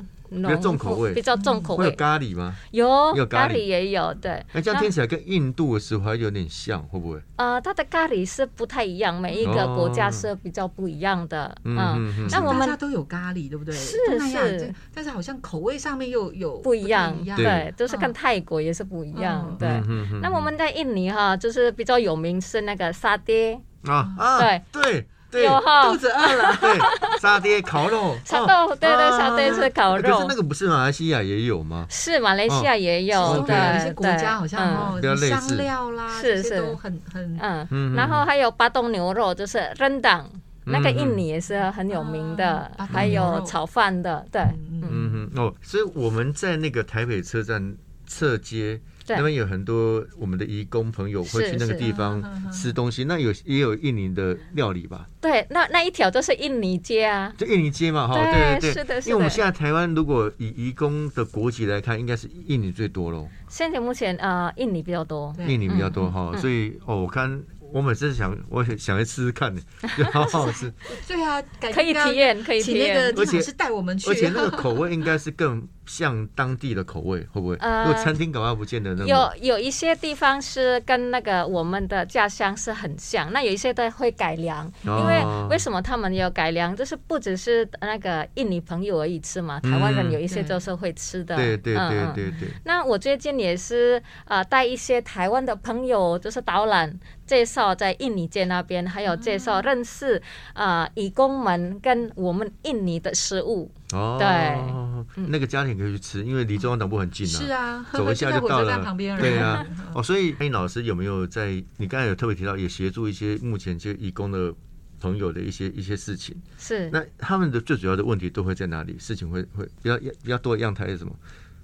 Speaker 1: 较重口味
Speaker 2: 比较重口
Speaker 1: 会有
Speaker 2: 味，
Speaker 1: 咖喱吗？
Speaker 2: 有
Speaker 1: 有咖喱
Speaker 2: 也有，对。
Speaker 1: 哎，这样听起来跟印度的食法有点像，会不会？
Speaker 2: 呃，它的咖喱是不太一样，每一个国家
Speaker 1: 哦
Speaker 2: 是比较不一样的。
Speaker 1: 嗯
Speaker 2: 嗯，
Speaker 1: 嗯嗯。
Speaker 2: 那我
Speaker 3: 大
Speaker 2: 们
Speaker 3: 家都有咖喱，对不对？
Speaker 2: 是
Speaker 3: 东南亚
Speaker 2: 是
Speaker 3: 这，但是好像口味上面又有
Speaker 2: 不一样
Speaker 3: 太，
Speaker 1: 对
Speaker 2: 对，就是跟
Speaker 3: 嗯
Speaker 2: 泰国也是不一样
Speaker 3: 嗯
Speaker 2: 对。
Speaker 1: 嗯
Speaker 2: 那我们在印尼哈，就是比较有名是那个沙爹，
Speaker 1: 啊啊，对对
Speaker 2: 有哈
Speaker 3: 肚，子饿 了，
Speaker 1: 对，沙爹烤肉，
Speaker 2: 沙
Speaker 1: 哦
Speaker 2: 豆，对对，沙爹
Speaker 1: 啊
Speaker 2: 是烤
Speaker 1: 可
Speaker 2: 肉
Speaker 1: 是那，个不是马来西亚也有吗？
Speaker 2: 是马来西亚也有，
Speaker 1: 哦
Speaker 2: 对
Speaker 1: 对
Speaker 3: 有些
Speaker 2: 对，
Speaker 3: 国家好像
Speaker 2: 嗯
Speaker 1: 比
Speaker 3: 哦
Speaker 1: 较，类似
Speaker 3: 香料啦，
Speaker 2: 是
Speaker 3: 这些
Speaker 2: 是
Speaker 3: 都很很
Speaker 2: 嗯，
Speaker 1: 嗯
Speaker 2: 然后还有巴东牛肉，就是 rendang，那个印尼也是很有名的
Speaker 3: 啊，巴东
Speaker 2: 还
Speaker 3: 牛
Speaker 2: 有
Speaker 3: 肉
Speaker 2: 炒饭的，对，
Speaker 3: 嗯嗯
Speaker 1: 嗯哼，哦，所以我们在那个台北车站侧街
Speaker 2: 对
Speaker 1: 那边有很多我们的移工朋友会
Speaker 2: 是
Speaker 1: 去那个
Speaker 2: 是
Speaker 1: 地方
Speaker 3: 嗯嗯嗯
Speaker 1: 吃东西，那有也有印尼的料理吧？
Speaker 2: 对，那那一条就是印尼街啊，
Speaker 1: 就印尼街嘛，哈，对
Speaker 2: 对
Speaker 1: 对
Speaker 2: 是的是的
Speaker 1: 因为我们现在台湾如果以移工的国籍来看，应该是印尼最多喽，
Speaker 2: 现在目前呃印尼比较多，
Speaker 3: 对
Speaker 1: 印尼比较多
Speaker 2: 嗯
Speaker 1: 哈、
Speaker 2: 嗯
Speaker 1: 所以哦，我看我每次想，我也想去吃吃看， 就好好 吃，
Speaker 3: 对啊，感觉
Speaker 2: 可以
Speaker 3: 应该
Speaker 2: 体验，可以体
Speaker 3: 请那个
Speaker 2: 验。
Speaker 3: 李
Speaker 1: 而且
Speaker 3: 老师带我们去，
Speaker 1: 而且那个口味应该是更像当地的口味，会不会？
Speaker 2: 呃
Speaker 1: 如果餐厅搞到不见得那么
Speaker 2: 有有一些地方是跟那个我们的家乡是很像，那有一些的会改良，因为
Speaker 1: 哦
Speaker 2: 为什么他们要改良？就是不只是那个印尼朋友而已吃嘛，台湾人
Speaker 1: 嗯
Speaker 2: 有一些
Speaker 3: 对
Speaker 2: 就是会吃的，
Speaker 1: 对对
Speaker 2: 嗯
Speaker 1: 对
Speaker 2: 嗯
Speaker 1: 对对，
Speaker 2: 那我最近也是呃带一些台湾的朋友，就是导览介绍在印尼街那边，还有介
Speaker 1: 嗯
Speaker 2: 绍认识呃义工们跟我们印尼的食物。
Speaker 1: 哦，对，那个家庭可以去吃，因为离中央党部很近啊。
Speaker 3: 是啊，
Speaker 1: 走一下就到
Speaker 3: 在火车站
Speaker 1: 了
Speaker 3: 旁，边而已，
Speaker 1: 对啊，哦，所以潘老师有没有在你刚才有特别提到，也协助一些目前这个义工的朋友的一些一些事情？
Speaker 2: 是
Speaker 1: 那他们的最主要的问题都会在哪里？事情会会比较比较多的样态是什么？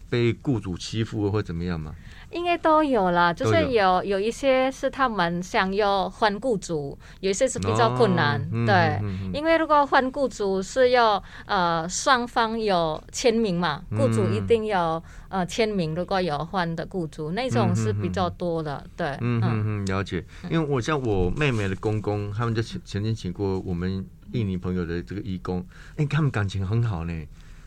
Speaker 1: 被雇主欺负或怎么样吗？
Speaker 2: 应该都有啦，就
Speaker 1: 都有
Speaker 2: 是有有一些是他们想要换雇主，有一些是比较困难，
Speaker 1: 哦嗯
Speaker 2: 对，
Speaker 1: 嗯嗯
Speaker 2: 因为如果换雇主是要呃双方有签名嘛，
Speaker 1: 嗯
Speaker 2: 雇主一定要呃签名，如果有换的雇主，那种是比较多的，对，
Speaker 1: 嗯嗯嗯，了解。因为我像我妹妹的公公，他们就曾曾经请过我们印尼朋友的这个义工，哎、他们感情很好呢，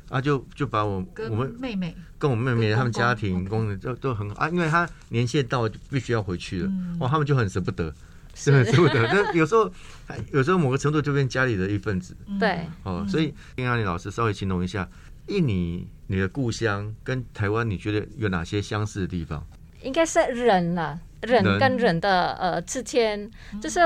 Speaker 1: 啊就就把我
Speaker 3: 跟
Speaker 1: 我们
Speaker 3: 妹妹，
Speaker 1: 跟我妹妹
Speaker 3: 跟公公
Speaker 1: 他们家庭
Speaker 3: OK
Speaker 1: 工人都都很好啊，因为他年限到就必须要回去了，
Speaker 3: 嗯
Speaker 1: 哇，他们就很舍不得，是很舍不得。那有时候，哎有时候某个程度就变家里的一份子
Speaker 3: 嗯
Speaker 2: 对。
Speaker 1: 哦。所以，丁安妮老师稍微形容一下，印尼你的故乡跟台湾，你觉得有哪些相似的地方？
Speaker 2: 应该是人啦，人
Speaker 1: 人
Speaker 2: 跟人的呃之间，
Speaker 3: 哦
Speaker 2: 就是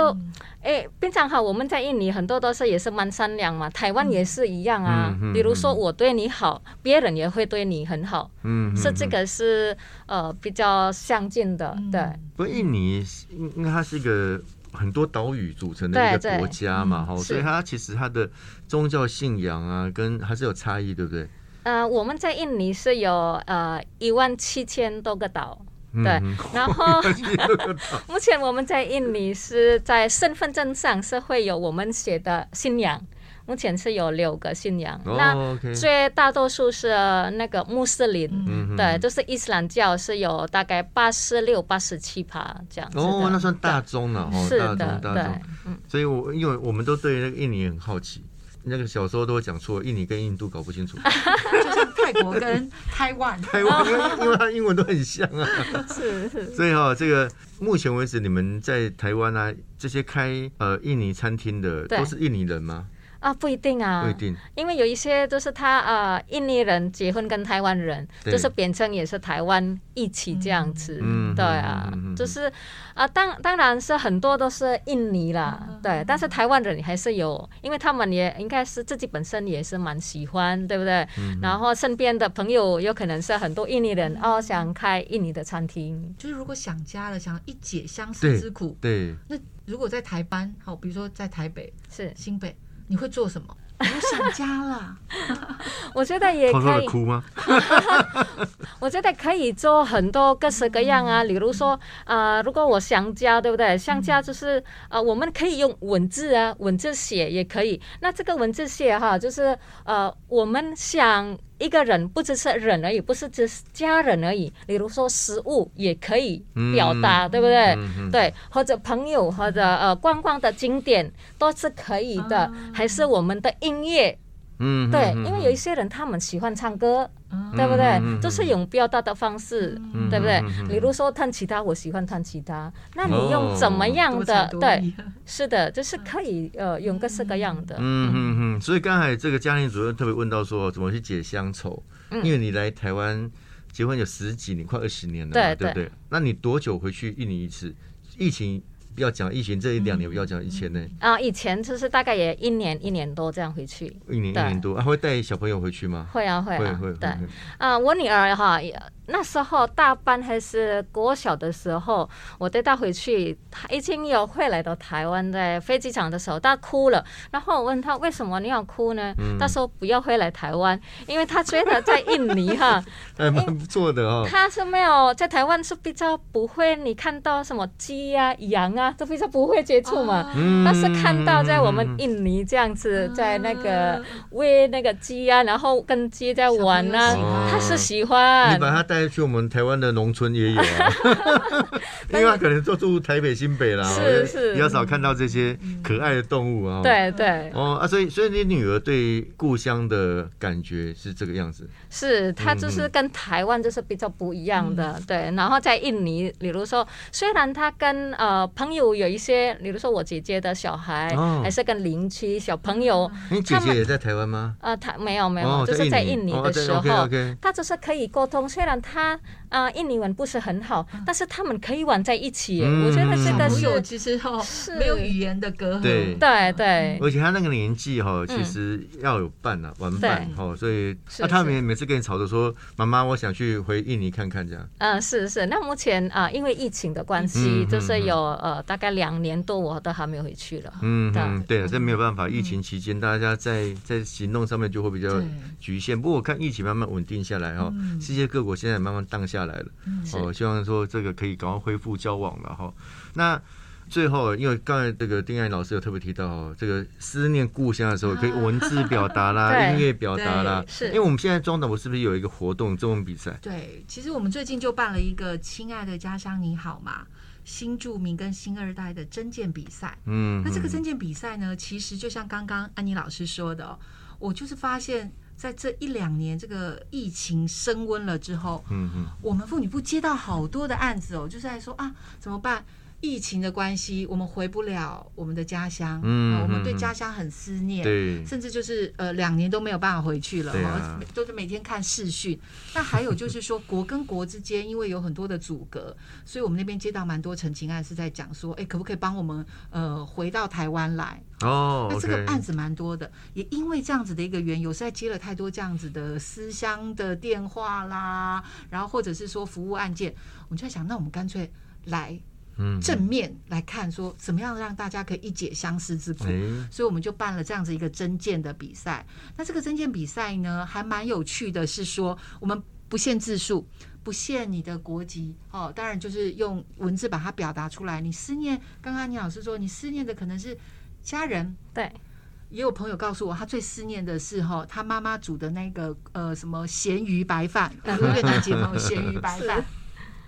Speaker 2: 诶，平常哈，我们在印尼很多都是也是蛮善良嘛，台湾也是一样啊。
Speaker 1: 嗯嗯嗯
Speaker 2: 比如说我对你好，别人也会对你很好，
Speaker 1: 嗯，
Speaker 2: 是这
Speaker 1: 嗯。嗯
Speaker 2: 个是呃比较相近的，
Speaker 3: 嗯
Speaker 2: 对。
Speaker 1: 不过印尼是因因为它是一个很多岛屿组成的
Speaker 2: 对
Speaker 1: 一个国家嘛，哈，
Speaker 2: 是
Speaker 1: 所以它其实它的宗教信仰啊，跟还是有差异，对不对？
Speaker 2: 呃，我们在印尼是有呃一万七千多个岛，对。哦
Speaker 1: 嗯
Speaker 2: 然后
Speaker 1: 有个岛
Speaker 2: 目前我们在印尼是在身份证上是会有我们写的信仰，目前是有六个信仰。 那
Speaker 1: 哦，OK，
Speaker 2: 最大多数是那个穆斯林，
Speaker 1: 嗯
Speaker 2: 对，就是伊斯兰教是有大概八十六、八十七趴这样子的。
Speaker 1: 哦，那算大宗了哦，
Speaker 2: 是
Speaker 1: 大
Speaker 2: 的
Speaker 1: 宗，大宗。
Speaker 2: 嗯，
Speaker 1: 所以我因为我们都对那个印尼很好奇，那个小时候都会讲错，印尼跟印度搞不清楚，
Speaker 3: 就像泰国跟台湾，
Speaker 1: 台湾因为因为它英文都很像啊，
Speaker 2: 是是。
Speaker 1: 所以哈、这个目前为止你们在台湾啊，这些开呃印尼餐厅的
Speaker 2: 对
Speaker 1: 都是印尼人吗？
Speaker 2: 啊，不一定啊，
Speaker 1: 不一定，
Speaker 2: 因为有一些就是他呃，印尼人结婚跟台湾人，
Speaker 1: 对
Speaker 2: 就是变成也是台湾一起这样子，
Speaker 1: 嗯
Speaker 2: 对啊，
Speaker 1: 嗯嗯嗯嗯
Speaker 2: 就是啊、当当然是很多都是印尼啦，对，但是台湾人还是有，因为他们也应该是自己本身也是蛮喜欢，对不对？
Speaker 1: 嗯
Speaker 2: 然后身边的朋友有可能是很多印尼人哦，想开印尼的餐厅，
Speaker 3: 就是如果想家了，想一解相思
Speaker 1: 对
Speaker 3: 之苦，
Speaker 1: 对，
Speaker 3: 那如果在台湾，好，比如说在台北、
Speaker 2: 是，
Speaker 3: 新北，你会做什么？我想家了，
Speaker 2: 我觉得也
Speaker 1: 偷偷
Speaker 2: 可
Speaker 1: 的
Speaker 2: 以。
Speaker 1: 哭吗？
Speaker 2: 我觉得可以做很多各式各样
Speaker 1: 嗯
Speaker 2: 啊，比如说，呃，如果我想家，对不对？想家就是，呃，我们可以用文字啊，文字写也可以。那这个文字写哈，就是，呃，我们想一个人，不只是人而已，不是只是家人而已。比如说食物也可以表达，对不对？
Speaker 1: 嗯嗯
Speaker 2: 对，或者朋友或者呃观光的景点都是可以的，还是我们的音乐
Speaker 1: 嗯，
Speaker 2: 对，
Speaker 1: 啊嗯
Speaker 2: 因为有一些人他们喜欢唱歌，
Speaker 3: 嗯
Speaker 2: 对不对？
Speaker 1: 嗯嗯嗯
Speaker 2: 这是用表达的方式，
Speaker 1: 嗯
Speaker 2: 对不对？
Speaker 1: 嗯嗯嗯
Speaker 2: 比如说弹吉他，我喜欢弹吉他，那你用怎么样
Speaker 3: 多
Speaker 2: 的？
Speaker 1: 哦
Speaker 3: 才多
Speaker 2: 对，
Speaker 3: 艺，
Speaker 2: 是的，就是可以呃用各式各样的。
Speaker 1: 嗯嗯嗯，所以刚才这个家庭主任特别问到说，怎么去解乡愁？
Speaker 2: 嗯
Speaker 1: 因为你来台湾结婚有十几年，快二十年了嘛，
Speaker 2: 对
Speaker 1: 对不对？那你多久回去印尼一次？疫情不要讲，疫情这一两
Speaker 2: 嗯
Speaker 1: 年不要讲，以前呢，
Speaker 2: 啊，以前就是大概也一年一年多这样回去，
Speaker 1: 一年一
Speaker 2: 对
Speaker 1: 年多，啊，会带小朋友回去吗？
Speaker 2: 会啊会
Speaker 1: 会
Speaker 2: 啊，
Speaker 1: 会
Speaker 2: 对
Speaker 1: 会。会
Speaker 2: 啊，我女儿哈，也那时候大班还是国小的时候，我带她回去，她已经有会来到台湾，在飞机场的时候，她哭了。然后我问她为什么你要哭呢？她说不要回来台湾，因为她觉得在印尼哈，
Speaker 1: 还哎蛮不错的哦。
Speaker 2: 她是没有在台湾是比较不会，你看到什么鸡啊、羊啊，都比较不会接触嘛。
Speaker 1: 嗯
Speaker 2: 但是看到在我们
Speaker 1: 嗯
Speaker 2: 印尼这样子，在那个
Speaker 3: 啊
Speaker 2: 喂那个鸡啊，然后跟鸡在玩
Speaker 3: 小朋
Speaker 2: 啊，
Speaker 3: 友喜欢
Speaker 2: 他是喜欢
Speaker 1: 你。把他带去我们台湾的农村也有 啊，因为他可能都住台北、新北啦，
Speaker 2: 是嗯
Speaker 1: 我就是比较少看到这些可爱的动物啊。哦，
Speaker 2: 对对，
Speaker 1: 哦啊，所以所以你女儿对故乡的感觉是这个样子，
Speaker 2: 是它就
Speaker 1: 嗯
Speaker 2: 是
Speaker 1: 嗯
Speaker 2: 跟台湾就是比较不一样的，对。然后在印尼，比如说，虽然他跟呃朋友有一些，比如说我姐姐的小孩，
Speaker 1: 哦
Speaker 2: 还是跟邻居小朋友，
Speaker 3: 哦
Speaker 1: 你姐姐也在台湾吗？
Speaker 2: 呃，他没有没有，
Speaker 1: 哦，
Speaker 2: 就是在印
Speaker 1: 印
Speaker 2: 尼的时候。
Speaker 1: OK OK，
Speaker 2: 他就是可以沟通，虽然他啊、呃印尼文不是很好，但是他们可以玩在一起耶。
Speaker 1: 嗯
Speaker 2: 我觉得这
Speaker 3: 小
Speaker 2: 个
Speaker 3: 朋友
Speaker 2: 是
Speaker 3: 其实哦
Speaker 2: 是
Speaker 3: 没有语言的隔阂，
Speaker 1: 对
Speaker 2: 对对，
Speaker 1: 而且他那个年纪哈，其
Speaker 2: 嗯
Speaker 1: 实要有伴啊，玩伴
Speaker 2: 对
Speaker 1: 哈，所以
Speaker 2: 是
Speaker 1: 那他
Speaker 2: 是
Speaker 1: 们每次跟你吵着说，妈妈，我想去回印尼看看这样。
Speaker 2: 嗯，是是。那目前啊、因为疫情的关系，
Speaker 1: 嗯
Speaker 2: 就是
Speaker 1: 嗯嗯
Speaker 2: 有呃大概两年多，我都还没有回去了。
Speaker 1: 嗯
Speaker 2: 对
Speaker 1: 嗯，对，这没有办法，疫情期间大家在在行动上面就会比较
Speaker 3: 对嗯
Speaker 1: 局限。不过我看疫情慢慢稳定下来哈，世界各国现在也慢慢淡下来了。
Speaker 2: 是
Speaker 1: 哦，希望说这个可以赶快恢复交往了哈。那最后，因为刚才这个丁爱老师有特别提到哦，这个思念故乡的时候，可以文字表达 啦，
Speaker 2: 对
Speaker 1: 音乐表达啦。
Speaker 2: 对是
Speaker 1: 因为我们现在中岛，我是不是有一个活动中文比赛？
Speaker 3: 对，其实我们最近就办了一个“亲爱的家乡你好吗”新著名跟新二代的征件比赛。
Speaker 1: 嗯，
Speaker 3: 那这个证件比赛呢，其实就像刚刚安妮老师说的、哦，我就是发现，在这一两年这个疫情升温了之后，
Speaker 1: 嗯嗯
Speaker 3: 我们妇女部接到好多的案子哦，就是在说啊，怎么办？疫情的关系，我们回不了我们的家乡，
Speaker 1: 嗯
Speaker 3: 啊我们对
Speaker 1: 嗯
Speaker 3: 家乡很思念，
Speaker 1: 对
Speaker 3: 甚至就是呃两年都没有办法回去了，
Speaker 1: 对啊
Speaker 3: 哦都是每天看视讯。那还有就是说国跟国之间，因为有很多的阻隔，所以我们那边接到蛮多陈情案是在讲说，哎，可不可以帮我们呃回到台湾来？
Speaker 1: 哦，
Speaker 3: 那这个
Speaker 1: OK
Speaker 3: 案子蛮多的，也因为这样子的一个缘由，实在接了太多这样子的私相的电话啦，然后或者是说服务案件，我们就在想，那我们干脆来
Speaker 1: 嗯
Speaker 3: 正面来看，说怎么样让大家可以一解相思之苦。
Speaker 1: 哎
Speaker 3: 所以我们就办了这样子一个征件的比赛。那这个征件比赛呢，还蛮有趣的，是说我们不限字数，不限你的国籍哦，当然就是用文字把它表达出来。你思念，刚刚你老师说你思念的可能是家人。
Speaker 2: 对，
Speaker 3: 也有朋友告诉我，他最思念的是哈、他妈妈煮的那个呃什么咸鱼 白饭，越南结盟有咸鱼白饭，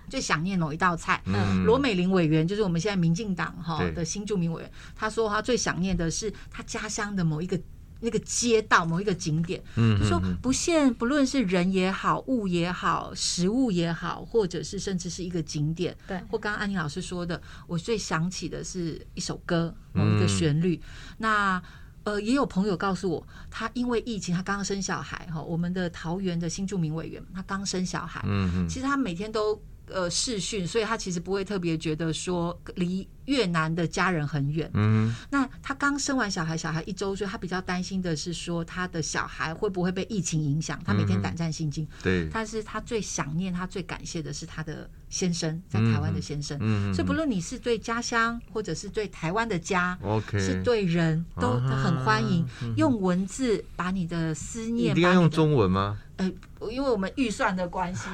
Speaker 3: 最想念某一道菜。
Speaker 1: 嗯
Speaker 3: 罗美玲委员就是我们现在民进党哈
Speaker 1: 对
Speaker 3: 的新著名委员，他说他最想念的是他家乡的某一个。那个街道某一个景点，
Speaker 1: 嗯
Speaker 3: 就说
Speaker 1: 嗯
Speaker 3: 不限不论是人也好、物也好、食物也好，或者是甚至是一个景点，
Speaker 2: 对
Speaker 3: 或刚刚安妮老师说的，我最想起的是一首歌某
Speaker 1: 嗯
Speaker 3: 一个旋律。那呃，也有朋友告诉我，他因为疫情，他刚刚生小孩哈，我们的桃园的新著名委员，他刚生小孩，
Speaker 1: 嗯嗯
Speaker 3: 其实他每天都呃视讯，所以他其实不会特别觉得说离越南的家人很远。
Speaker 1: 嗯
Speaker 3: 那他刚生完小孩，小孩一周岁，他比较担心的是说他的小孩会不会被疫情影响，他每
Speaker 1: 嗯
Speaker 3: 天
Speaker 1: 哼
Speaker 3: 胆战心惊。
Speaker 1: 对
Speaker 3: 但是他最想念、他最感谢的是他的先生，在台湾的先生。
Speaker 1: 嗯
Speaker 3: 所以不论你是对家乡，或者是对台湾的家。
Speaker 1: OK
Speaker 3: 是对人都
Speaker 1: 啊嗯
Speaker 3: 很欢迎，用文字把你的思念，
Speaker 1: 一定要
Speaker 3: 把你
Speaker 1: 用
Speaker 3: 的
Speaker 1: 中文吗？
Speaker 3: 呃，因为我们预算的关系，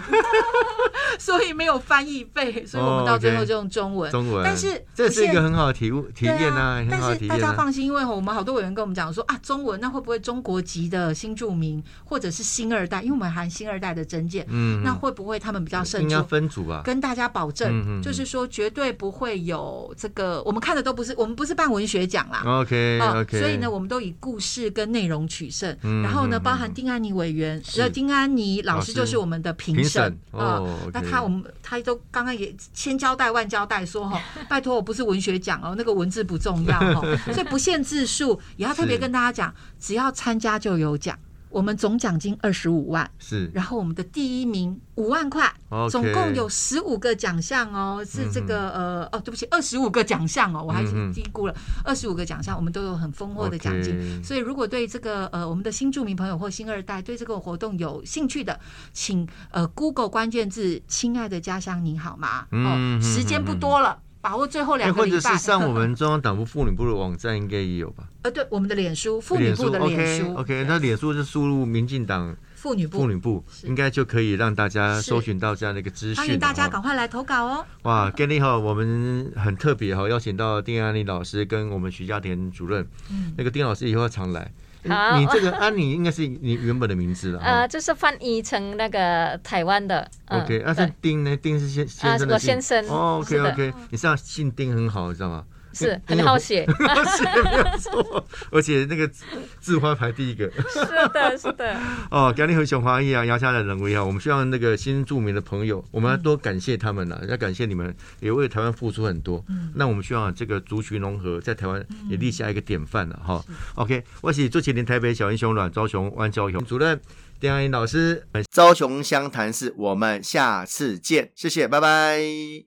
Speaker 3: 所以没有翻译费，所以
Speaker 1: 哦
Speaker 3: 我们到最后就用中文。
Speaker 1: 中文，
Speaker 3: 但是
Speaker 1: 这是一
Speaker 3: 现
Speaker 1: 个很好的体悟体
Speaker 3: 对
Speaker 1: 验
Speaker 3: 啊
Speaker 1: 啊，很好
Speaker 3: 但
Speaker 1: 的体
Speaker 3: 是大
Speaker 1: 验
Speaker 3: 家
Speaker 1: 啊。
Speaker 3: 放心，因为我们好多委员跟我们讲说啊，中文那会不会中国籍的新住民或者是新二代？因为我们含新二代的证件，
Speaker 1: 嗯，
Speaker 3: 那会不会他们比较慎
Speaker 1: 应该
Speaker 3: 重？
Speaker 1: 分组啊吧？
Speaker 3: 跟大家保
Speaker 1: 嗯
Speaker 3: 证，
Speaker 1: 嗯嗯
Speaker 3: 就是说绝对不会有这个，我们看的都不是，我们不是办文学奖啦，
Speaker 1: OK
Speaker 3: 啊
Speaker 1: OK，
Speaker 3: 所以呢，，我们都以故事跟内容取胜。
Speaker 1: 嗯
Speaker 3: 然后呢，
Speaker 1: 嗯
Speaker 3: 包含丁安妮委员，
Speaker 1: 是
Speaker 3: 呃，丁安妮老师
Speaker 1: 老师
Speaker 3: 就是我们的评
Speaker 1: 评
Speaker 3: 审
Speaker 1: 审
Speaker 3: 啊。
Speaker 1: 哦，OK，
Speaker 3: 那他我们他都刚刚也千交代万交代说哈， 拜托我不是文学奖哦，那个文字不重要哦，所以不限字数，也要特别
Speaker 1: 是
Speaker 3: 跟大家讲，只要参加就有奖。我们总奖金二十五万，
Speaker 1: 是
Speaker 3: 然后我们的第一名五万块
Speaker 1: OK 嗯
Speaker 3: 总共有十五个奖项哦，是这个、呃哦，对不起，二十五个奖项哦，我还
Speaker 1: 嗯嗯
Speaker 3: 低估了二十五个奖项，我们都有很丰厚的奖金。
Speaker 1: OK
Speaker 3: 所以，如果对这个呃我们的新住民朋友或新二代对这个活动有兴趣的，请呃 Google 关键字“亲爱的家乡你好吗”
Speaker 1: 嗯
Speaker 3: 哦，
Speaker 1: 嗯
Speaker 3: 时间不多了，把握最后
Speaker 1: 哎
Speaker 3: 两个
Speaker 1: 或
Speaker 3: 礼
Speaker 1: 者
Speaker 3: 拜。
Speaker 1: 是上我们中央党部妇女部的网站应该也有吧？
Speaker 3: 呃，对我们的脸书 妇女部的脸
Speaker 1: ，OK
Speaker 3: 书
Speaker 1: OK，那脸书就输入民进党
Speaker 3: 妇女
Speaker 1: 妇
Speaker 3: 部，
Speaker 1: 女部，
Speaker 3: 是
Speaker 1: 应该就可以让大家
Speaker 3: 是
Speaker 1: 搜寻到这样的哦一个资讯了啊哈。
Speaker 3: 欢迎大家赶快来投稿哦。
Speaker 1: 哇，跟你好，我们很特别哈，邀请到丁安妮老师跟我们徐家田主任。
Speaker 3: 嗯
Speaker 1: 那个丁老师以后要常来。
Speaker 2: 好
Speaker 1: 你你这个安妮应该是你原本的名字了
Speaker 2: 呃，
Speaker 1: 哈。
Speaker 2: 就是翻译成那个台湾的。嗯
Speaker 1: OK，那
Speaker 2: 对啊
Speaker 1: 是丁呢？丁是先先生
Speaker 2: 我
Speaker 1: 的姓。
Speaker 2: 先生
Speaker 1: 哦
Speaker 2: 是
Speaker 1: ，OK
Speaker 2: 的
Speaker 1: OK，你知道姓丁很好，你知道吗？
Speaker 2: 是
Speaker 1: 因为
Speaker 2: 很好写，
Speaker 1: 是没有错，而且那个字字花排第一个。
Speaker 2: 是的，是的，
Speaker 1: 哦，感谢和雄华裔啊，姚家的人为啊，我们希望那个新著名的朋友，我们要多感谢他们了、要感谢你们也为台湾付出很多。那我们希望这个族群融合在台湾也立下一个典范了啊哈。OK，我是朱启林，台北小英雄阮昭雄、万昭雄主任、丁安英老师，昭雄湘潭市，我们下次见，谢谢，拜拜。